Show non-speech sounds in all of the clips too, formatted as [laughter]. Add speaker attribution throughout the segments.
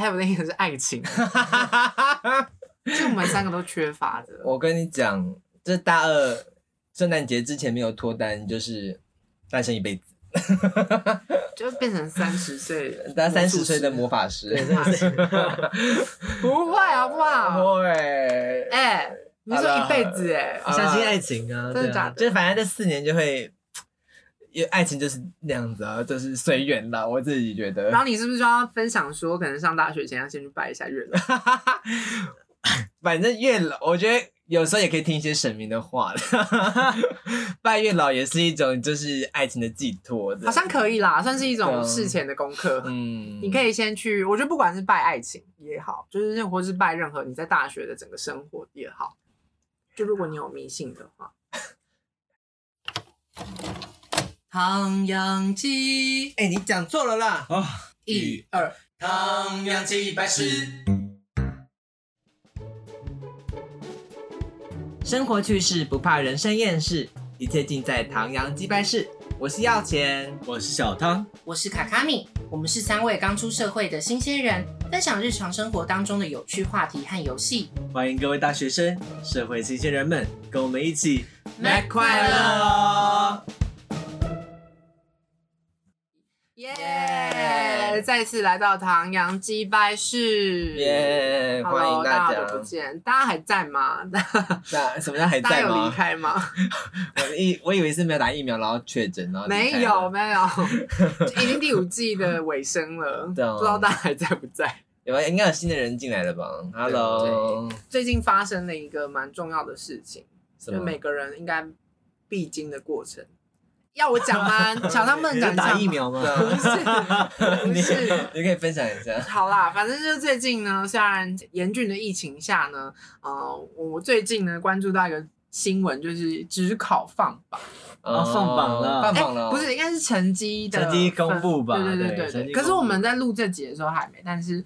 Speaker 1: 还有另一个是爱
Speaker 2: [laughs]
Speaker 1: 情，就我们三个都缺乏的。
Speaker 2: 我跟你讲，这大二圣诞节之前没有脱单，就是单身一辈子。，
Speaker 1: 就变成三十岁
Speaker 2: [laughs] 当三十岁的魔法师， [laughs]
Speaker 1: 魔术师不会好不好？
Speaker 2: 会，
Speaker 1: 哎、你说一辈子哎、
Speaker 2: 好啦
Speaker 3: 相信爱情啊，
Speaker 1: 真的
Speaker 3: 对啊
Speaker 1: 假的
Speaker 2: 就反正这四年就会，因为爱情就是那样子啊，就是随缘啦。我自己觉得
Speaker 1: 然，后你是不是就要分享说，可能上大学前要先去拜一下月老？
Speaker 2: [laughs] 反正月老，我觉得有时候也可以听一些神明的话啦 [laughs] 拜月老也是一种就是爱情的寄托的，
Speaker 1: 好像可以啦，算是一种
Speaker 2: 嗯
Speaker 1: 事前的功课。
Speaker 2: 嗯，
Speaker 1: 你可
Speaker 2: 以
Speaker 1: 以先去，我觉得不管是拜爱情也好，就是任或是拜任何你在大学的整个生活也好，就如果你有迷信的话，
Speaker 3: 唐扬鸡，哎，你讲错了啦！
Speaker 1: 一二，
Speaker 3: 唐扬鸡百事。
Speaker 2: 生活趣事不怕人生厌世，一切尽在唐阳鸡拜室。我是要钱，
Speaker 3: 我是小汤，
Speaker 4: 我是卡卡米，我们是三位刚出社会的新鲜人，分享日常生活当中的有趣话题和游戏。
Speaker 3: 欢迎各位大学生、社会新鲜人们，跟我们一起
Speaker 4: Mac 快
Speaker 3: 乐！
Speaker 1: 耶、再次来到唐阳鸡拜室，
Speaker 2: 耶、欢
Speaker 1: Hello，
Speaker 2: 迎
Speaker 1: 大家
Speaker 2: 大家
Speaker 1: 好久不见，大家还在吗？ [laughs]
Speaker 2: 那 [laughs] 什么叫还
Speaker 1: 大家
Speaker 2: 在
Speaker 1: 有离
Speaker 2: 吗？
Speaker 1: 开吗？
Speaker 2: 我以我以为是没有打疫苗，然后确诊，啊然后离开
Speaker 1: 没有，
Speaker 2: 了。
Speaker 1: 没有，
Speaker 2: [laughs]
Speaker 1: 已经第五季的尾声了，不知
Speaker 2: 对啊
Speaker 1: 道大家还在不在。
Speaker 2: 有啊，应该有新的人进来了吧？Hello，
Speaker 1: 最近发生了一个蛮重要的事情，
Speaker 2: 什
Speaker 1: 就
Speaker 2: 么？
Speaker 1: 每个人应该必经的过程。要我讲
Speaker 2: [laughs]
Speaker 1: 吗？小他们
Speaker 3: 你
Speaker 1: 讲一
Speaker 3: 在
Speaker 1: 下
Speaker 3: 打
Speaker 1: 吗
Speaker 3: 疫，苗
Speaker 2: 对
Speaker 3: 吗？
Speaker 2: [laughs]
Speaker 1: 不
Speaker 2: 啊
Speaker 1: 是，不
Speaker 2: [laughs] 你
Speaker 1: 是。
Speaker 2: 你可以分享一下。
Speaker 1: [laughs] 好啦，反正就是最近呢，虽然严峻的疫情下呢，呃，我最近呢关注到一个新闻，就是只考放榜，
Speaker 3: 哦放榜了
Speaker 2: 放
Speaker 1: 哎，
Speaker 2: 榜了，哦
Speaker 1: 不是，应该是成绩的
Speaker 3: 成绩公布吧
Speaker 1: 分对对
Speaker 3: 对
Speaker 1: 对
Speaker 3: 成
Speaker 1: 对。
Speaker 3: 绩
Speaker 1: 可是
Speaker 3: 公
Speaker 1: 我
Speaker 3: 布
Speaker 1: 们在录这集的时候还没，但是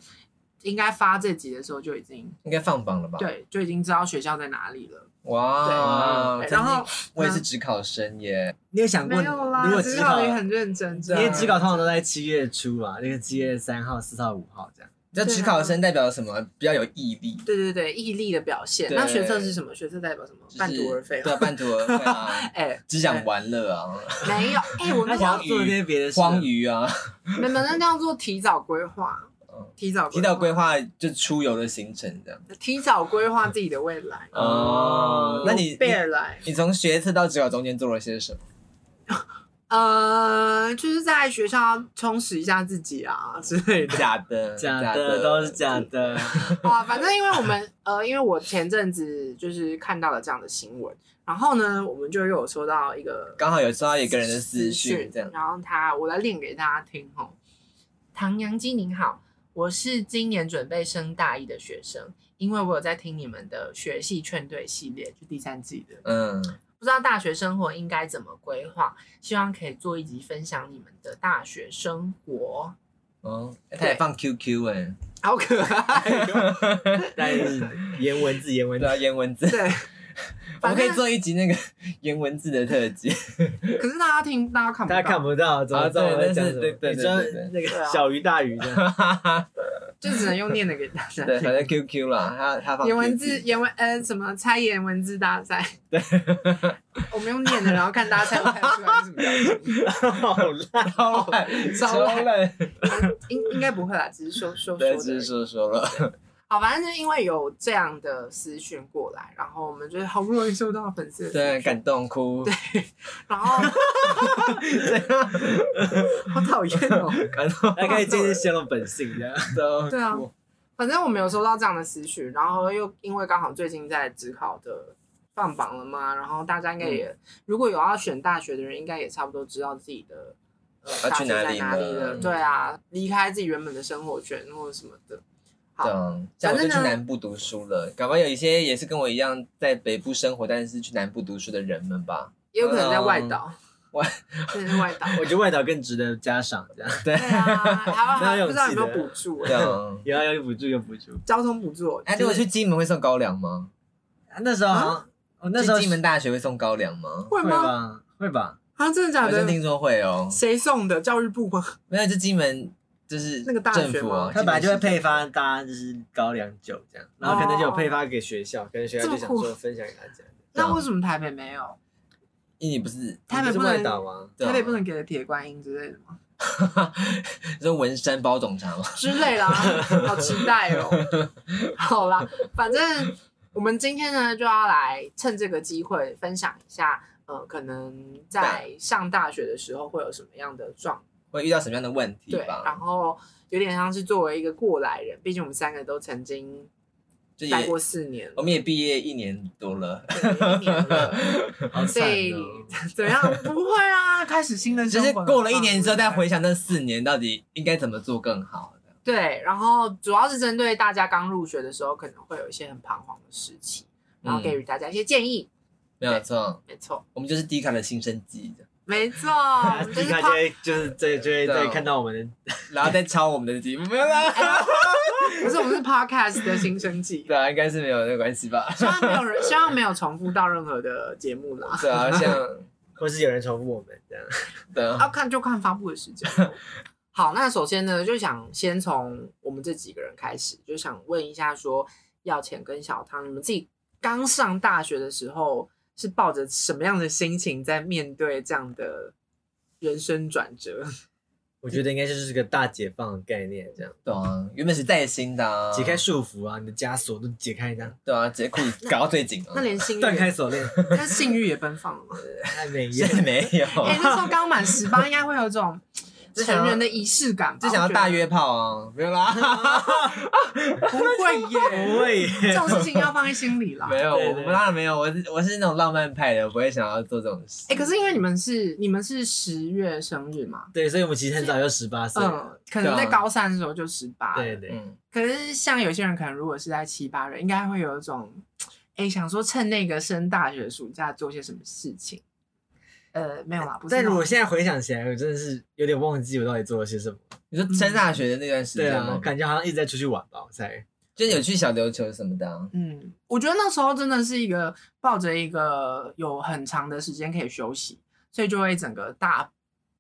Speaker 1: 应该发这集的时候就已经
Speaker 2: 应该放榜了吧？，
Speaker 1: 对，就已经知道学校在哪里了。
Speaker 2: 哇，
Speaker 1: 对，
Speaker 2: 曾经
Speaker 1: 然后
Speaker 2: 我也是只考生耶，
Speaker 3: [laughs] 你有想过，
Speaker 1: 没有啦
Speaker 3: 如，果
Speaker 1: 只
Speaker 3: 只
Speaker 1: 是
Speaker 3: 考，
Speaker 1: 也
Speaker 3: 因
Speaker 1: 很认真，
Speaker 2: 啊
Speaker 3: 为
Speaker 1: 真的
Speaker 3: 只考通常都在七月初嘛，那个七月三号、四号、五号这样。
Speaker 2: 那只考生代表什么？比较有毅力，
Speaker 1: 对对对，毅力的表现。
Speaker 2: 对
Speaker 1: 那学测是什么？学测代表什么？
Speaker 2: 就是
Speaker 1: 半途而废哦。，
Speaker 2: 对啊，半途而废啊
Speaker 1: [laughs] 哎，
Speaker 2: 只想玩乐啊，
Speaker 1: 没有，哎，我那
Speaker 3: 他
Speaker 1: 时候
Speaker 3: 想要做那些别的
Speaker 2: [laughs]
Speaker 3: 事。
Speaker 2: 荒芜啊，
Speaker 1: 没没，那叫做提早规划
Speaker 2: 嗯，
Speaker 1: 提早
Speaker 2: 提早规，划就出游的行程这样。
Speaker 1: 提早规划自己的未来。
Speaker 2: 哦，那你
Speaker 1: 贝尔来，
Speaker 2: 你从学测到职考中间做了些什么？
Speaker 1: 呃，就是在学校充实一下自己啊之类
Speaker 2: [laughs]
Speaker 1: 的。
Speaker 2: 假的，
Speaker 3: 假的都是假的，
Speaker 1: 啊，反正因为我们呃，因为我前阵子就是看到了这样的新闻，然后呢，我们就又有收到一个
Speaker 2: 刚好有收到一个人的私
Speaker 1: 私
Speaker 2: 讯，这样
Speaker 1: 然后他我来念给大家听哦。
Speaker 4: 唐阳基您好，我是今年准备升大一的学生，因为我有在听你们的学系劝对系列，就第三季的，
Speaker 2: 嗯，
Speaker 4: 不知道大学生活应该怎么规划，希望可以做一集分享你们的大学生活。
Speaker 2: 哦，他也放 QQ 哎，
Speaker 1: 好可爱哦、
Speaker 3: [laughs] 但是言文字言文字
Speaker 2: 对啊，颜文字，
Speaker 1: 对，
Speaker 2: [laughs] 我
Speaker 1: 反
Speaker 2: 们可以
Speaker 1: 正
Speaker 2: 做一集那个 [laughs] 颜文字的特辑，
Speaker 1: 可是大家听，大家看不
Speaker 3: 大
Speaker 1: 到，
Speaker 3: 家看不到，怎
Speaker 2: 啊
Speaker 3: 么知道我
Speaker 2: 对
Speaker 3: 在讲什么？
Speaker 2: 但是对对
Speaker 3: 你知道
Speaker 2: 对对
Speaker 3: 那
Speaker 1: 对啊
Speaker 3: 个 [laughs] 小鱼大鱼这样，
Speaker 1: 就只能用念的给大家 [laughs]
Speaker 2: 对，
Speaker 1: 听。
Speaker 2: 反正 QQ 啦，他他放
Speaker 1: 颜文字，
Speaker 2: QQ
Speaker 1: 颜文呃什么猜颜文字大赛，对，我们用念的，然后看大家猜不猜出来是什么表情。
Speaker 3: [laughs] 好烂。啊
Speaker 2: 超烂，
Speaker 1: 超
Speaker 2: [laughs] 超
Speaker 1: 烂
Speaker 2: 烂，
Speaker 1: 应应该不会啦，只是说说说
Speaker 2: 对，
Speaker 1: 的
Speaker 2: 只
Speaker 1: 而
Speaker 2: 是
Speaker 1: 已。
Speaker 2: 说说了，
Speaker 1: 好，反正就是因为有这样的私讯过来，然后我们就是好不容易收到粉丝的私
Speaker 2: 对，
Speaker 1: 讯
Speaker 2: 感动哭，
Speaker 1: 然
Speaker 2: [laughs]
Speaker 1: 后
Speaker 2: 啊
Speaker 1: [laughs] 好讨厌哦。
Speaker 2: 感动
Speaker 3: 大家可以渐渐泄露本性这样。
Speaker 1: 对啊
Speaker 2: 哭，
Speaker 1: 反正我们有收到这样的私讯，然后又因为刚好最近在职考的放榜了嘛，然后大家应该
Speaker 2: 嗯
Speaker 1: 也、如果有要选大学的人，应该也差不多知道自己的呃
Speaker 2: 要
Speaker 1: 大
Speaker 2: 去
Speaker 1: 学在
Speaker 2: 哪里
Speaker 1: 哪里
Speaker 2: 了
Speaker 1: 了。
Speaker 2: 嗯
Speaker 1: 对啊，离开自己原本的生活圈或者什么的。好
Speaker 2: 对啊，像我就去南部读书了，搞不好有一些也是跟我一样在北部生活，但是去南部读书的人们吧，
Speaker 1: 也有可能在外岛，
Speaker 2: 嗯 [laughs] 外
Speaker 1: 真的是
Speaker 2: [laughs]
Speaker 1: 外岛。
Speaker 3: [laughs] 我觉得外岛更值得嘉赏，这样
Speaker 2: 对
Speaker 1: 对，啊，还有还
Speaker 3: 那
Speaker 1: 有
Speaker 3: 有
Speaker 1: 不知道有没有
Speaker 3: 记得
Speaker 1: 补助、欸
Speaker 2: 对啊。
Speaker 3: [laughs] 有啊有补助有补助。
Speaker 1: 交通补助。
Speaker 2: 哎，
Speaker 1: 就
Speaker 2: 如果
Speaker 1: 是
Speaker 2: 去金门会送高粱吗？
Speaker 3: 啊那时候好像，我那时候
Speaker 2: 去金门大学会送高粱吗？
Speaker 1: 会
Speaker 3: 会
Speaker 1: 吗？
Speaker 3: 吧会吧，
Speaker 1: 啊，真的假
Speaker 2: 好像
Speaker 1: 的？
Speaker 2: 听说会哦。
Speaker 1: 谁送的？教育部吗？
Speaker 2: 没有，就金门，就是
Speaker 1: 那个大学
Speaker 2: 政府哦
Speaker 1: 吗
Speaker 2: 基
Speaker 1: 记
Speaker 2: 本
Speaker 3: 他本来就会
Speaker 2: 是
Speaker 3: 配发大家就是高粱酒这样，然后可能就有配发给学校，可能学校就想
Speaker 1: 哦这
Speaker 3: 说分享给大
Speaker 1: [laughs]
Speaker 3: 家。
Speaker 2: 啊
Speaker 1: 那为什么台北没有？
Speaker 2: 印尼不是
Speaker 1: 台北
Speaker 3: 你
Speaker 1: 不
Speaker 3: 是外岛
Speaker 1: 能，
Speaker 3: 吗？
Speaker 2: 对啊
Speaker 1: 台北不能给铁观音之类的吗？
Speaker 2: 说文山包种茶吗？
Speaker 1: 之类
Speaker 2: [laughs]
Speaker 1: 啦，好期待哦。好啦，反正我们今天呢就要来趁这个机会分享一下，呃，可能在上大学的时候会有什么样的状
Speaker 2: 会遇到什么样的问题
Speaker 1: 对，啊然
Speaker 2: 吧？
Speaker 1: 后有点像是作为一个过来人，毕竟我们三个都曾经
Speaker 2: 就
Speaker 1: 待
Speaker 2: 也
Speaker 1: 过四年了
Speaker 2: 我，们也毕业一年多了，
Speaker 1: 对一年
Speaker 2: [laughs]
Speaker 1: 了，
Speaker 3: 好
Speaker 1: 所
Speaker 3: 惨
Speaker 1: 以
Speaker 3: 哦！
Speaker 1: 怎样？不会啊，开始新的
Speaker 2: 只
Speaker 1: 生活很
Speaker 2: 是
Speaker 1: 棒，
Speaker 2: 过了一年之后再
Speaker 1: 啊对
Speaker 2: 回想那四年到底应该怎么做更好。
Speaker 1: 对，然后主要是针对大家刚入学的时候，可能会有一些很彷徨的时期，然后
Speaker 3: 嗯
Speaker 1: 给予大家一些建议。
Speaker 2: 嗯没有错，
Speaker 1: 没错，
Speaker 2: 我们就是迪卡的新生季，
Speaker 1: 没
Speaker 3: [laughs]
Speaker 1: 错，我们就
Speaker 3: 迪
Speaker 1: 是
Speaker 3: 卡就
Speaker 1: 怕
Speaker 3: 会就是这就会
Speaker 2: 对啊
Speaker 3: 再看到我们
Speaker 2: 然后再抄我们的题目，没有啦。
Speaker 1: [laughs] 可是我们是 podcast 的新生
Speaker 3: [laughs]
Speaker 1: 季，
Speaker 2: 对啊，应该是没有那关系吧？
Speaker 1: 希望没有人，希望没有重复到任何的节目啦。
Speaker 2: 对
Speaker 1: [laughs]
Speaker 2: 啊，像
Speaker 3: 的，或是有人重复我们这样。
Speaker 2: 对
Speaker 3: 嗯
Speaker 2: 啊
Speaker 1: 要看就看发布的时
Speaker 3: [laughs]
Speaker 1: 间。好，那首先呢，就想先从我们这几个人开始，就想问一下说，耀浅跟小汤，你们自己刚上大学的时候是抱着什么样的心情在面对这样的人生转
Speaker 3: [laughs]
Speaker 1: 折？
Speaker 3: 我觉得应该就是个大解放的概念，这样
Speaker 2: 对啊，原本是带薪的啊，
Speaker 3: 解开束缚啊，你的枷锁都解开，这样
Speaker 2: 对啊，直接裤子搞到最紧啊。
Speaker 1: 那连性
Speaker 3: 断开
Speaker 1: 欲，[laughs]
Speaker 3: 锁链。哎
Speaker 1: 那性欲也奔放了吗。
Speaker 3: 太美
Speaker 2: 现
Speaker 3: 艳， [laughs]
Speaker 2: 在没有，
Speaker 1: [laughs] 哎、那时候刚满十八，应该会有这
Speaker 2: [laughs]
Speaker 1: 种
Speaker 2: 只想要
Speaker 1: 成人的仪式感吧？
Speaker 2: 就想要
Speaker 1: 我觉得
Speaker 2: 大约炮啊，没有啦，
Speaker 1: 不会
Speaker 2: [laughs]
Speaker 1: 耶，
Speaker 3: 不会耶。
Speaker 1: 这种事情要放在心里啦。
Speaker 2: 没有，
Speaker 3: 对
Speaker 2: 我
Speaker 3: 对
Speaker 2: 们当然没有，我是我是那种浪漫派的，我不会想要做这种事。
Speaker 1: 哎、可是因为你们是你们是十月生日嘛，
Speaker 3: 对，所以我们其实很早就十八岁了，
Speaker 1: 嗯，可能
Speaker 2: 啊
Speaker 1: 在高三的时候就十八。
Speaker 3: 对。对，
Speaker 2: 嗯，
Speaker 1: 可是像有些人可能如果是在七八月，应该会有一种，哎、想说趁那个升大学暑假做些什么事情。呃，没有啦，不是
Speaker 3: 但
Speaker 1: 那
Speaker 3: 如
Speaker 1: 种。
Speaker 3: 果现在回想起来，我真的是有点忘记我到底做了些什么。
Speaker 2: 你说升大学的那
Speaker 1: 嗯
Speaker 2: 段时
Speaker 3: 对
Speaker 2: 间
Speaker 3: 啊，
Speaker 2: 吗
Speaker 3: 我？感觉好像一直在出去玩吧，我猜。
Speaker 2: 就是有去小琉球什么的啊，
Speaker 1: 嗯，我觉得那时候真的是一个抱着一个有很长的时间可以休息，所以就会整个大，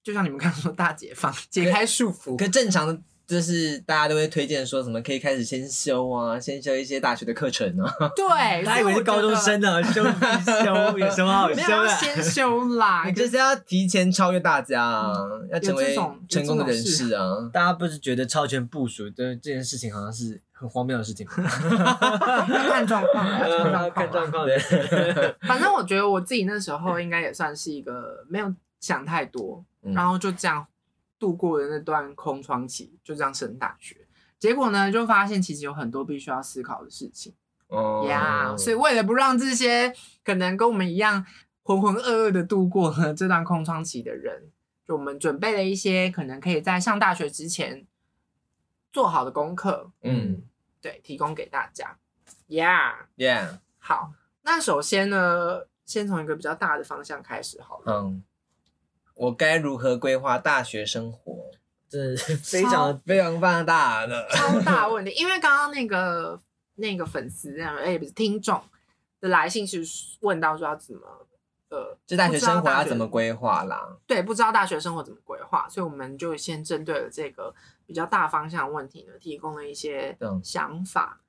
Speaker 1: 就像你们刚刚说大解放，解开束缚。
Speaker 2: 可正常的。就是大家都会推荐说什么可以开始先修啊，先修一些大学的课程啊。
Speaker 1: 对，
Speaker 3: 他以为是高中生
Speaker 1: 的，
Speaker 3: 呢，修修有什么好啊
Speaker 1: 没
Speaker 3: 修
Speaker 1: 有要
Speaker 3: 的？
Speaker 1: 先修啦，啊可
Speaker 2: 你
Speaker 1: 嗯
Speaker 2: [laughs] 就是是要提前超越大家啊，要成
Speaker 1: 有这
Speaker 2: 为
Speaker 1: 种有
Speaker 2: 成功的
Speaker 1: 这种
Speaker 2: 人
Speaker 1: 事
Speaker 2: 士啊。
Speaker 3: 大家不是觉得超前部署这这件事情好像是很荒谬的事
Speaker 1: [laughs]
Speaker 3: 情吗？呃
Speaker 1: 看状况啦，看状况啦， [laughs]
Speaker 3: 看状况的，
Speaker 1: 反正我觉得我自己那时候应该也算是一个没有想太多，
Speaker 2: 嗯
Speaker 1: 然后就这样度过了那段空窗期，就这样升大学。结果呢，就发现其实有很多必须要思考的事情
Speaker 2: 哦
Speaker 1: 呀。所以为了不让这些可能跟我们一样浑浑噩噩的度过了这段空窗期的人，就我们准备了一些可能可以在上大学之前做好的功课，
Speaker 2: 嗯
Speaker 1: 对，提供给大家呀。Yeah
Speaker 2: ，Yeah，
Speaker 1: 好，那首先呢，先从一个比较大的方向开始
Speaker 2: [laughs]
Speaker 1: 好了。
Speaker 2: 嗯，我该如何规划大学生活？
Speaker 3: [laughs] 真的是非常
Speaker 2: 非常放大的，
Speaker 1: 超大问题，因为刚刚那个那个粉丝，哎、不是听众的来信是问到说要怎么，呃，
Speaker 2: 就大学生活要怎么
Speaker 1: 不知道大学
Speaker 2: 规划啦？
Speaker 1: 对，不知道大学生活怎么规划，所以我们就先针对了这个比较大方向的问题呢，提供了一些
Speaker 2: 嗯
Speaker 1: 想法。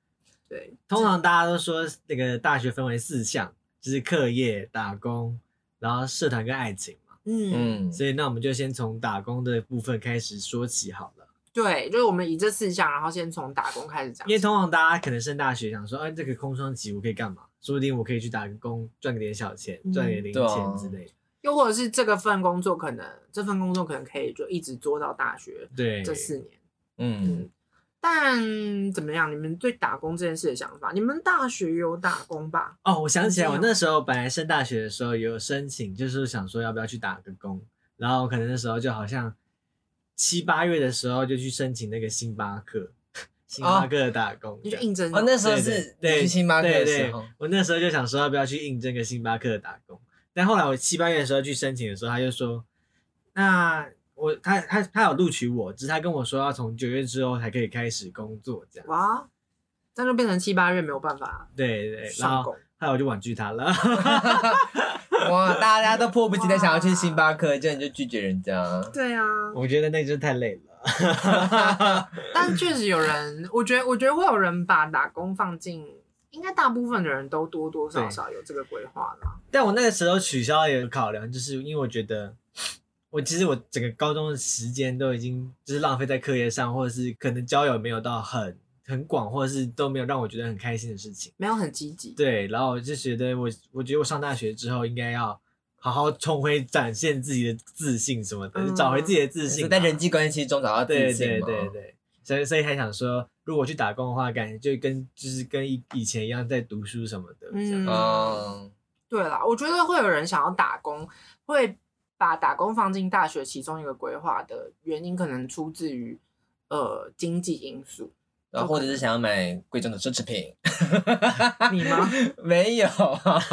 Speaker 1: 对，
Speaker 3: 通常大家都说那个大学分为四项，就是课业、打工，然后社团跟爱情嘛。
Speaker 1: 嗯，
Speaker 2: 嗯，
Speaker 3: 所以那我们就先从打工的部分开始说起好了，
Speaker 1: 对，就是我们以这四项，然后先从打工开始讲
Speaker 3: 因。为通常大家可能升大学想说，哎、这个空窗期我可以干嘛？说不定我可以去打个工，赚个点小钱，
Speaker 1: 嗯
Speaker 3: 赚点零
Speaker 2: 对啊
Speaker 3: 钱之类的。
Speaker 1: 又或者是这个份工作，可能这份工作可能可以就一直做到大学
Speaker 3: 对，
Speaker 1: 这四年。
Speaker 2: 嗯，
Speaker 1: 但怎么样？你们对打工这件事的想法？你们大学也有打工吧？
Speaker 3: 哦，我想起来，
Speaker 1: 你
Speaker 3: 我
Speaker 1: 这样
Speaker 3: 那时候本来升大学的时候有申请，就是想说要不要去打个工，然后可能那时候就好像七八月的时候就去申请那个星巴克， [laughs] 星巴克的打工
Speaker 1: 你
Speaker 3: 这
Speaker 1: 就
Speaker 3: 样。
Speaker 1: 应征
Speaker 2: 哦，那时候
Speaker 3: 对
Speaker 2: 是你
Speaker 3: 对
Speaker 2: 去星巴克
Speaker 3: 对
Speaker 2: 的
Speaker 3: 对
Speaker 2: 时候，
Speaker 3: 我那时候就想说要不要去应征个星巴克的打工，但后来我七八月的时候去申请的时候，他就说，那我他他他有录取我，只是他跟我说要从九月之后才可以开始工作这样。
Speaker 1: 哇，这样就变成七八月没有办法
Speaker 3: 对对，然
Speaker 1: 上
Speaker 3: 后
Speaker 1: 工。
Speaker 3: 后来我就婉拒他了。
Speaker 2: 哇，大家都迫不及待想要去星巴克，这样你就拒绝人家，
Speaker 1: 对啊，
Speaker 3: 我觉得那个真的太累了。了。
Speaker 1: [laughs] 但确实有人，我觉得我觉得会有人把打工放进，应该大部分的人都多多少少有这个规划啦。
Speaker 3: 但我那个时候取消也有考量，就是因为我觉得，我其实我整个高中的时间都已经就是浪费在课业上，或者是可能交友没有到很很广，或者是都没有让我觉得很开心的事情。
Speaker 1: 没有很积极，
Speaker 3: 对，然后我就觉得我，我觉得我上大学之后应该要好好重回展现自己的自信什么的，
Speaker 1: 嗯
Speaker 3: 找回自己的自
Speaker 2: 是
Speaker 3: 信。
Speaker 2: 在人际关系中找到自
Speaker 3: 对
Speaker 2: 信
Speaker 3: 对
Speaker 2: 吗
Speaker 3: 对对，所以所以还想说，如果去打工的话，感觉就跟就是跟以以前一样在读书什么的。
Speaker 1: 嗯
Speaker 3: 嗯，
Speaker 2: 嗯，
Speaker 1: 对啦，我觉得会有人想要打工，会把打工放进大学其中一个规划的原因，可能出自于呃经济因素。
Speaker 2: 然后或者是想要买贵重的奢侈
Speaker 3: [laughs]
Speaker 2: 品，
Speaker 1: 你吗？
Speaker 2: 没有， [laughs]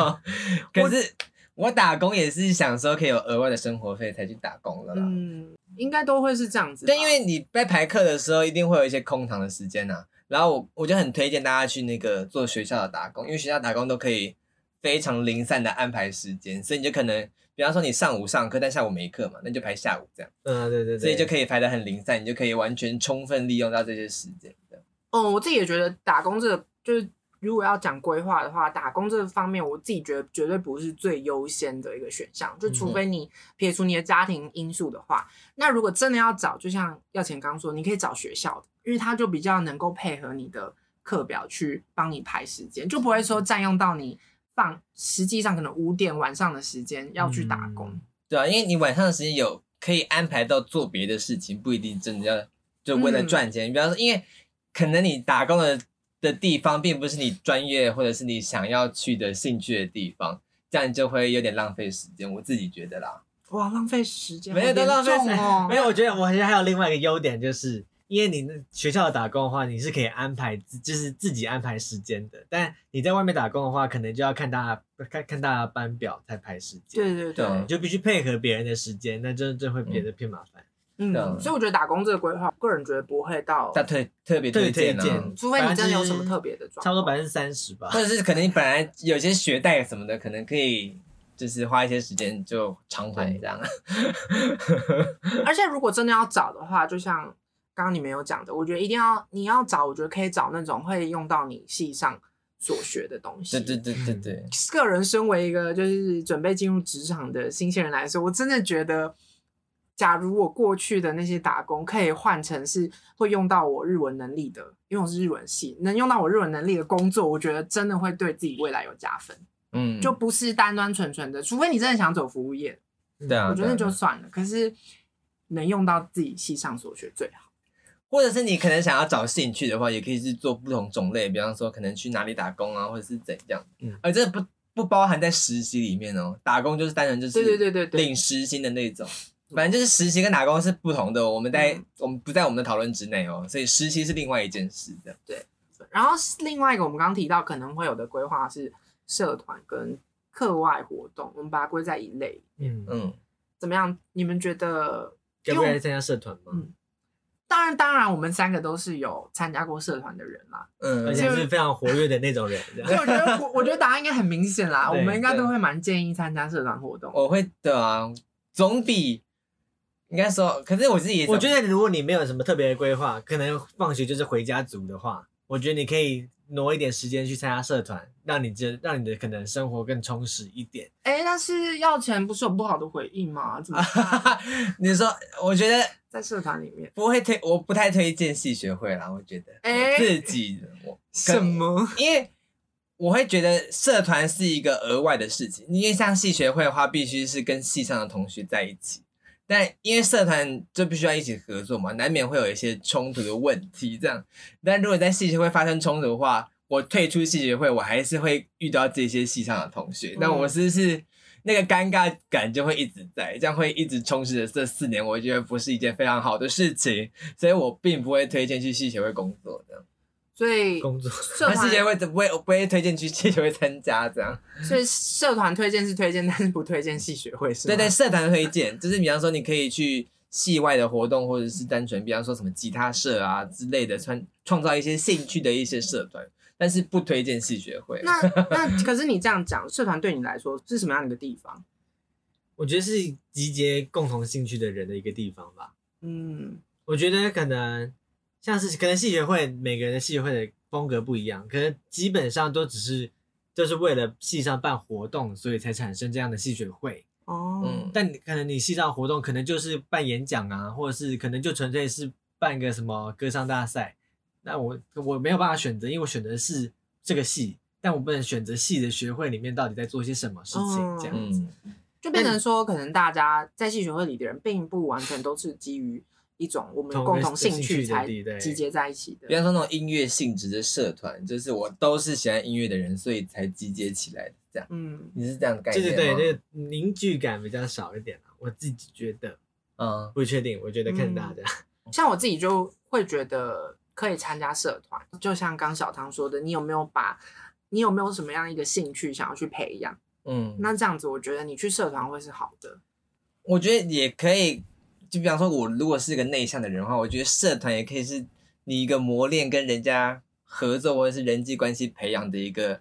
Speaker 2: 可是我打工也是想说可以有额外的生活费才去打工的啦。
Speaker 1: [laughs] 嗯，应该都会是这样子吧。
Speaker 2: 但因为你在排课的时候，一定会有一些空堂的时间呐、然后我我就很推荐大家去那个做学校的打工，因为学校打工都可以非常零散的安排时间，所以你就可能，比方说你上午上课，但下午没课嘛，那你就排下午这样，
Speaker 3: 嗯，对对对，
Speaker 2: 所以就
Speaker 3: 以
Speaker 2: 可以排的很零散，你就可以完全充分利用到这些时间的。
Speaker 1: 嗯，我自己也觉得打工这个，就是如果要讲规划的话，打工这方面，我自己觉得绝对不是最优先的一个选项。
Speaker 2: 嗯
Speaker 1: 就除非你撇除你的家庭因素的话，那如果真的要找，就像耀前刚说，你可以找学校的，因为它就比较能够配合你的课表去帮你排时间，就不会说占用到你放实际上可能五点晚上的时间要去打工。
Speaker 2: 对啊，因为你晚上的时间有可以安排到做别的事情，不一定真的要就为
Speaker 1: 嗯
Speaker 2: 了赚钱。比方说，因为可能你打工的的地方并不是你专业或者是你想要去的兴趣的地方，这样你就会有点浪费时间。我自己觉得啦，
Speaker 1: 哇，浪费时间，
Speaker 2: 没有都浪费时
Speaker 1: 时哦。
Speaker 3: 没有。我觉得我还还有另外一个优点，就是因为你那学校的打工的话，你是可以安排自就是自己安排时间的，但你在外面打工的话，可能就要看大家看看大家班表才排时间。
Speaker 1: 对对
Speaker 2: 对
Speaker 1: 对，
Speaker 2: 啊
Speaker 3: 你就必须配合别人的时间，那真的真会变得偏麻烦。
Speaker 1: 嗯，
Speaker 2: 嗯
Speaker 1: 所以我觉得打工这个规划，我个人觉得不会到
Speaker 2: 但特特别
Speaker 3: 特别
Speaker 2: 推荐
Speaker 3: 推
Speaker 2: 啊
Speaker 3: 荐。
Speaker 1: 除非你真的有什么特别的状况，
Speaker 3: 差不多百分之三十吧
Speaker 2: 或。者是可能你本来有些学贷什么的，可能可以就是花一些时间就偿还这样。 [laughs]
Speaker 1: 而且如果真的要找的话，就像刚刚你们有讲的，我觉得一定要你要找，我觉得可以找那种会用到你系上所学的东西。
Speaker 2: 对对对对对，
Speaker 1: 个人身为一个就是准备进入职场的新鲜人来说，我真的觉得，假如我过去的那些打工可以换成是会用到我日文能力的，因为我是日文系，能用到我日文能力的工作，我觉得真的会对自己未来有加分，
Speaker 2: 嗯，
Speaker 1: 就不是单单纯纯的，除非你真的想走服务业，
Speaker 2: 对啊，
Speaker 1: 我觉得
Speaker 2: 对
Speaker 1: 那
Speaker 2: 啊
Speaker 1: 就算了。可是能用到自己系上所学最好。
Speaker 2: 或者是你可能想要找兴趣的话，也可以去做不同种类，比方说可能去哪里打工啊，或者是怎样。
Speaker 3: 嗯
Speaker 2: 而这不不包含在实习里面哦，打工就是单纯就是
Speaker 1: 对对对对对，
Speaker 2: 领时薪的那种。反正就是实习跟打工是不同的哦，我们在、
Speaker 1: 嗯
Speaker 2: 我们不在我们的讨论之内哦，所以实习是另外一件事的。
Speaker 1: 然后是另外一个我们刚刚提到可能会有的规划是社团跟课外活动，我们把它归在一类。
Speaker 3: 嗯，
Speaker 2: 嗯，
Speaker 1: 怎么样？你们觉得？
Speaker 3: 要不要来参加社团吗？
Speaker 1: 嗯当然，当然，我们三个都是有参加过社团的人啦。
Speaker 2: 嗯，
Speaker 3: 而且是非常活跃的那种人，这
Speaker 1: 所以
Speaker 3: 样。
Speaker 1: 我觉得，我我觉得答案应该很明显啦。我
Speaker 3: 对
Speaker 1: 们应该
Speaker 2: 对哦
Speaker 1: 都会蛮建议参加社团活动。
Speaker 2: 我会的啊，总比应该说，可是我自己也
Speaker 3: 我觉得如果你没有什么特别的规划，可能放学就是回家族的话，我觉得你可以挪一点时间去参加社团，让你这让你的可能生活更充实一点。
Speaker 1: 哎，但是要钱不是有不好的回应吗？怎么办
Speaker 2: 你说，我觉得
Speaker 1: 在社团里面？
Speaker 2: 不会推，我不太推荐系学会啦，我觉得、
Speaker 1: 哎，
Speaker 2: 自己的我
Speaker 1: 什么？
Speaker 2: 因为我会觉得社团是一个额外的事情，因为像系学会的话，必须是跟系上的同学在一起，但因为社团就必须要一起合作嘛，难免会有一些冲突的问题。这样，但如果在系学会发生冲突的话，我退出系学会，我还是会遇到这些系上的同学，那我是不是？那个尴尬感就会一直在，这样会一直充斥着这四年，我觉得不是一件非常好的事情，所以我并不会推荐去系学会工作这样。
Speaker 1: 所以
Speaker 3: 工作
Speaker 1: 社
Speaker 2: 那
Speaker 1: 团
Speaker 2: 系学会不会不会推荐去 [laughs] 系学会参加这样？
Speaker 1: 所以社团推荐是推荐，但是不推荐系学会是吗？
Speaker 2: 对对，社团推荐就是比方说你可以去系外的活动，或者是单纯比方说什么吉他社啊之类的，创创造一些兴趣的一些社团，但是不推荐系学会。
Speaker 1: 那那可是你这样讲，社团对你来说是什么样的一个地方？
Speaker 3: 我觉得是集结共同兴趣的人的一个地方吧。
Speaker 1: 嗯，
Speaker 3: 我觉得可能像是可能戏学会每个人的戏学会的风格不一样，可能基本上都只是就是为了戏上办活动，所以才产生这样的戏学会。
Speaker 1: 哦，
Speaker 2: 嗯，
Speaker 3: 但你可能你戏上活动可能就是办演讲啊，或者是可能就纯粹是办个什么歌唱大赛。那我我没有办法选择，因为我选择的是这个戏，但我不能选择戏的学会里面到底在做些什么事情
Speaker 1: 哦
Speaker 3: 这样子。
Speaker 2: 嗯，
Speaker 1: 就变成说，可能大家在戏学会里的人，并不完全都是基于一种我们
Speaker 3: 同
Speaker 1: 共
Speaker 3: 个
Speaker 1: 同兴
Speaker 3: 兴
Speaker 1: 趣
Speaker 3: 趣的
Speaker 1: 才
Speaker 3: 地对
Speaker 1: 集结在一起的
Speaker 2: 比。方说那种音乐性质的社团，就是我都是喜欢音乐的人，所以才集结起来的。这样，
Speaker 1: 嗯，
Speaker 2: 你是这样的概
Speaker 3: 对
Speaker 2: 念
Speaker 3: 对
Speaker 2: 吗？
Speaker 3: 对，那个凝聚感比较少一点啊，我自己觉得
Speaker 2: 嗯，
Speaker 3: 不确定，我觉得看大家。
Speaker 1: 像我自己就会觉得可以参加社团，就像刚小汤说的，你有没有把你有没有什么样一个兴趣想要去培养？
Speaker 2: 嗯，
Speaker 1: 那这样子，我觉得你去社团会是好的。
Speaker 2: 我觉得也可以，就比方说，我如果是个内向的人的话，我觉得社团也可以是你一个磨练跟人家合作或者是人际关系培养的一个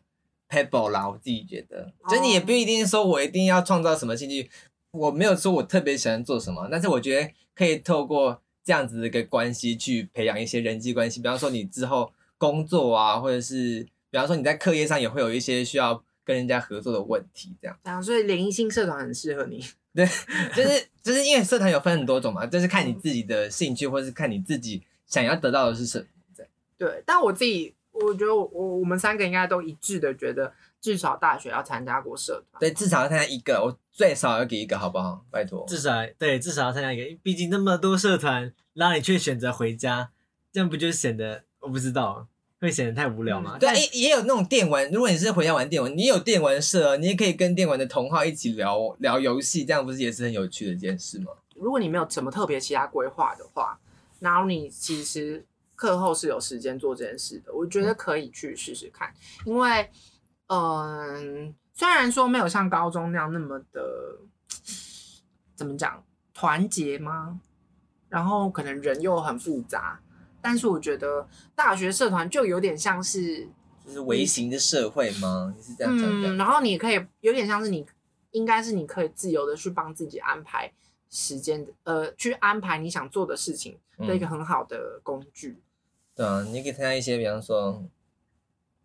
Speaker 2: pebble 啦。我自己觉得，
Speaker 1: 哦
Speaker 2: 就你也不一定说我一定要创造什么兴趣，我没有说我特别喜欢做什么，但是我觉得可以透过这样子的一个关系去培养一些人际关系，比方说你之后工作啊，或者是比方说你在课业上也会有一些需要跟人家合作的问题，这样。
Speaker 1: 这啊样，所以联谊性社团很适合你。
Speaker 2: 对，就是就是因为社团有分很多种嘛，就是看你自己的兴趣，或是看你自己想要得到的是什么。这样
Speaker 1: 对，但我自己，我觉得我我我们三个应该都一致的觉得，至少大学要参加过社团。
Speaker 2: 对，至少要参加一个，我最少要给一个，好不好？拜托。
Speaker 3: 至少对，至少要参加一个，毕竟那么多社团，让你却选择回家，这样不就显得我不知道，会显得太无聊吗？
Speaker 2: 对啊，也也有那种电玩，如果你是回家玩电玩，你有电玩社，你也可以跟电玩的同好一起聊聊游戏，这样不是也是很有趣的一件事吗？
Speaker 1: 如果你没有什么特别其他规划的话，然后你其实课后是有时间做这件事的，我觉得可以去试试看，因为嗯，虽然说没有像高中那样那么的怎么讲团结吗？然后可能人又很复杂，但是我觉得大学社团就有点像是
Speaker 2: 就是微型的社会吗？你是这样想
Speaker 1: 嗯，
Speaker 2: 的？
Speaker 1: 然后你可以有点像是你，应该是你可以自由的去帮自己安排时间的，呃，去安排你想做的事情的一个
Speaker 2: 嗯
Speaker 1: 很好的工具。
Speaker 2: 对啊，你也可以参加一些，比方说。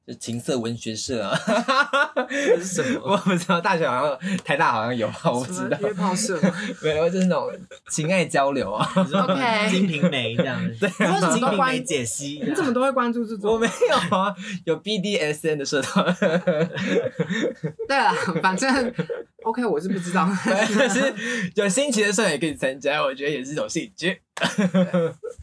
Speaker 2: 就情色文学社啊，
Speaker 3: 是什
Speaker 2: [laughs]
Speaker 3: 么
Speaker 2: 我不知道，大学好像台大好像有哦吧，我不
Speaker 1: 什
Speaker 2: 知
Speaker 1: 么
Speaker 2: 道。
Speaker 1: 约炮社
Speaker 2: [laughs] 没有，就是那种情爱交流啊。 [laughs]
Speaker 3: 你说
Speaker 1: OK
Speaker 3: 金瓶梅这样，对，
Speaker 1: 为什么
Speaker 3: 金
Speaker 1: 都
Speaker 3: 瓶
Speaker 1: 关
Speaker 3: 梅解析，
Speaker 1: 你怎么都会关注这
Speaker 2: 我
Speaker 1: 种？
Speaker 2: 没有啊，有 BDSN 的社
Speaker 1: [laughs]
Speaker 2: 团，
Speaker 3: [laughs]
Speaker 1: 对啦，反正 OK，我是不知
Speaker 2: [laughs]
Speaker 1: 道。
Speaker 2: 但是有新奇的社团也可以参加，我觉得也是一种兴趣。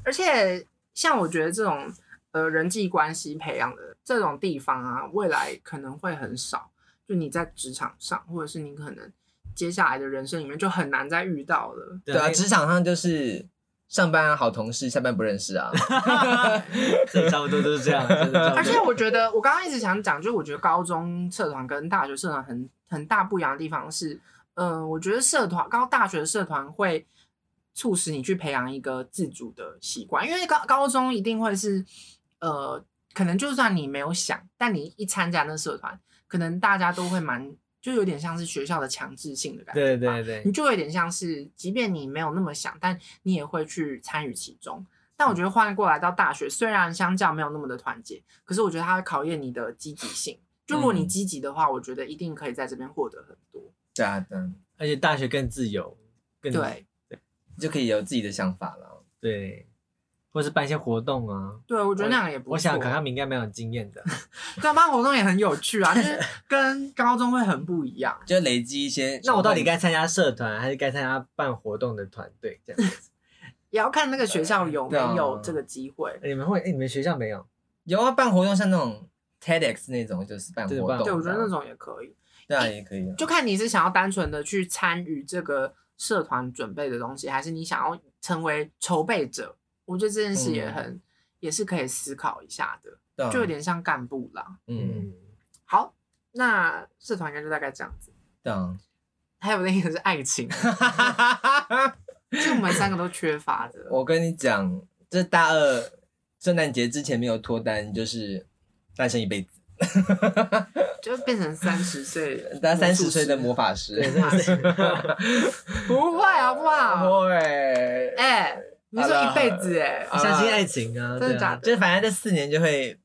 Speaker 1: 而且像我觉得这种呃人际关系培养的这种地方啊，未来可能会很少。就你在职场上，或者是你可能接下来的人生里面，就很难再遇到了。
Speaker 3: 对
Speaker 2: 对啊，职场上就是上班好同事，下班不认识
Speaker 3: [laughs]
Speaker 2: 啊。
Speaker 3: [laughs] 这差不多都是这样，真的 [laughs] 差
Speaker 1: 而
Speaker 3: 不
Speaker 1: 且
Speaker 3: 多。
Speaker 1: 我觉得，我刚刚一直想讲，就是我觉得高中社团跟大学社团很很大不一样的地方是，嗯、我觉得社团高大学社团会促使你去培养一个自主的习惯，因为高高中一定会是，呃，可能就算你没有想，但你一参加那社团，可能大家都会蛮，就有点像是学校的强制性的感觉，
Speaker 3: 对对对
Speaker 1: 你，就有点像是，即便你没有那么想，但你也会去参与其中。但我觉得
Speaker 2: 嗯
Speaker 1: 换过来到大学，虽然相较没有那么的团结，可是我觉得它会考验你的积极性。就如果你
Speaker 2: 嗯
Speaker 1: 积极的话，我觉得一定可以在这边获得很多。
Speaker 2: 对啊，对啊，
Speaker 3: 而且大学更自由，更
Speaker 1: 对
Speaker 2: 就可以有自己的想法了。
Speaker 3: 对，或是办一些活动啊。
Speaker 1: 对，我觉得那样也不错。
Speaker 3: 我想卡卡米应该蛮有经验
Speaker 1: [laughs]
Speaker 3: 的，
Speaker 1: 对啊办活动也很有趣啊，
Speaker 2: [laughs]
Speaker 1: 就是跟高中会很不一样。
Speaker 2: 就累积一些。
Speaker 3: 那我到底该参加社团还是该参加办活动的团队？
Speaker 1: [laughs]
Speaker 3: 这样子，
Speaker 1: 也要看那个学校有没
Speaker 2: 对啊
Speaker 1: 有这个机会。
Speaker 3: 你们会？哎，你们学校没有？
Speaker 2: 有啊？办活动像那种 TEDx 那种，就是办活
Speaker 3: 对
Speaker 2: 动
Speaker 3: 办
Speaker 2: 的。
Speaker 1: 对，我觉得那种也可以，
Speaker 2: 对啊，也可以啊。
Speaker 1: 就看你是想要单纯的去参与这个社团准备的东西，还是你想要成为筹备者。我觉得这件事
Speaker 2: 嗯
Speaker 1: 也很、也是可以思考一下的，
Speaker 2: 对啊
Speaker 1: 就有点像干部啦。
Speaker 2: 嗯，
Speaker 3: 嗯，
Speaker 1: 好，那社团应该就大概这样子。
Speaker 2: 对啊。 [laughs]
Speaker 1: 还有另一个是爱情，啊是我们三个都缺乏的。
Speaker 2: 我跟你讲，这大二圣诞节之前没有脱单，就是单身一辈子。，
Speaker 1: 就变成三十岁
Speaker 2: 大三十岁的魔法
Speaker 1: [laughs]
Speaker 2: 师，[laughs]
Speaker 1: 不会好不好？
Speaker 2: 会。
Speaker 1: 哎、你是说一辈子哎、
Speaker 2: 好了
Speaker 3: 相信爱情啊，
Speaker 1: 真的
Speaker 3: 对
Speaker 1: 假
Speaker 3: 啊
Speaker 1: 的？
Speaker 2: 就是反正这四年就会，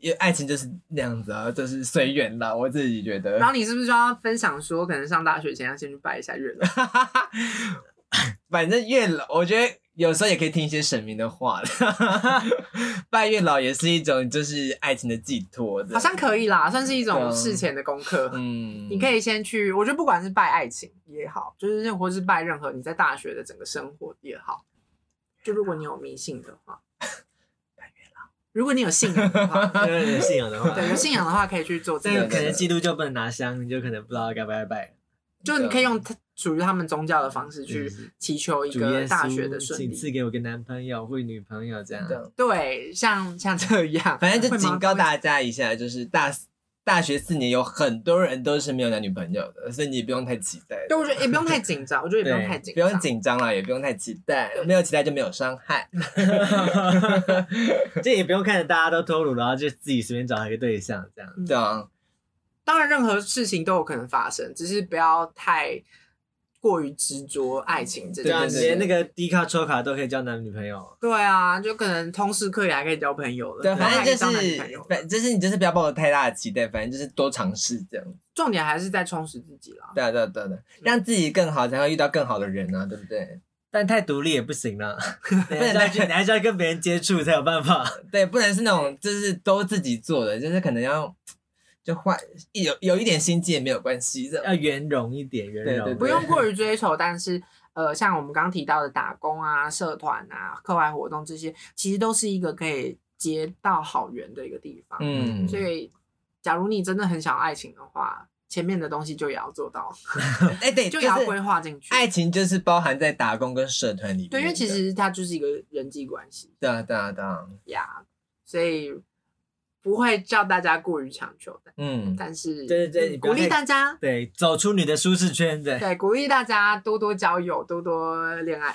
Speaker 2: 因为爱情就是那样子啊，就是随缘啦。我自己觉得
Speaker 1: 然，后你是不是就要分享说，可能上大学前要先去拜一下月老？
Speaker 2: 反正月老，我觉得有时候也可以听一些神明的话 [laughs] 了。拜月老也是一种就是爱情的寄托的，
Speaker 1: 好像可以啦，算是一种
Speaker 2: 嗯
Speaker 1: 事前的功课。
Speaker 2: 嗯，
Speaker 1: 你可以先去，我觉得不管是拜爱情也好，就是任或是拜任何你在大学的整个生活也好，就如果你有迷信的话，如果你有信仰的 [laughs] 话，
Speaker 3: 对有信仰的话，
Speaker 1: 对有信仰的话可以去做这
Speaker 3: 但
Speaker 1: 个
Speaker 2: 对对
Speaker 3: 可
Speaker 1: 事，
Speaker 3: 能基督就不能拿香，你就可能不知道该不该拜。
Speaker 1: 就你可以用他属于他们宗教的方式去祈求一
Speaker 3: 主
Speaker 1: 个
Speaker 3: 耶
Speaker 1: 大学的
Speaker 3: 稣，
Speaker 1: 顺
Speaker 3: 请
Speaker 1: 利。
Speaker 3: 赐给我个男朋友或女朋友这样。
Speaker 2: 这样
Speaker 1: 对，像像这样，
Speaker 2: 反正就
Speaker 1: 嗯会吗
Speaker 2: 警告大家一下，就是大大学四年有很多人都是没有男女朋友的，所以你不用太期待，
Speaker 1: 对，我觉得也不用太紧张，我觉得也不用
Speaker 3: 对
Speaker 1: 太紧
Speaker 2: 不
Speaker 1: 张，
Speaker 2: 用紧张了，也不用太期待，没有期待就没有伤害。
Speaker 3: [laughs]
Speaker 1: 嗯
Speaker 3: 这也不用看着大家都脱乳，然后就自己随便找一个对象这样。
Speaker 2: 对啊，
Speaker 1: 当然，任何事情都有可能发生，只是不要太过于执着爱情这
Speaker 2: 嗯对
Speaker 1: 件
Speaker 3: 啊，
Speaker 1: 事。
Speaker 3: 你
Speaker 2: 对
Speaker 3: 连那个低卡抽卡都可以交男女朋友。
Speaker 1: 对啊，就可能通识课也还可以交朋友了，
Speaker 2: 对，反正
Speaker 1: 然后还可
Speaker 2: 就
Speaker 1: 以当男女朋
Speaker 2: 是
Speaker 1: 友，了
Speaker 2: 反就是你就是不要抱有太大的期待，反正就是多尝试这样。
Speaker 1: 重点还是在充实自己啦。
Speaker 2: 对啊对啊对啊对啊，
Speaker 1: 嗯
Speaker 2: 让自己更好，才会遇到更好的人啊，对不对？
Speaker 3: 但太独立也不行了， [laughs] 不
Speaker 2: 能
Speaker 3: 能再去，你还是要跟别人接触才有办法。
Speaker 2: 对，不能是那种就是都自己做的，就是可能要就换有有一点心机也没有关系，这样。
Speaker 3: 要圆融一点，圆
Speaker 2: 对对
Speaker 3: 融。
Speaker 2: 对
Speaker 1: 不用过于追求，但是呃，像我们刚刚提到的打工啊、社团啊、课外活动这些，其实都是一个可以结到好缘的一个地方。
Speaker 2: 嗯，
Speaker 1: 呃所以，假如你真的很想爱情的话，前面的东西就也要做到，
Speaker 2: [laughs] 哎、对，
Speaker 1: 就也
Speaker 2: 是
Speaker 1: 要规划进去。
Speaker 2: 爱情就是包含在打工跟社团里面的。
Speaker 1: 对，因为其实它就是一个人际关系
Speaker 2: 对啊对啊对啊，
Speaker 1: 呀，所以不会叫大家过于强求的，
Speaker 2: 嗯，
Speaker 1: 但是
Speaker 3: 对对对你不
Speaker 1: 鼓
Speaker 3: 要
Speaker 1: 励
Speaker 3: 太
Speaker 1: 大家，
Speaker 3: 对，走出你的舒适圈，对。
Speaker 1: 对，鼓励大家多多交友，多多恋爱。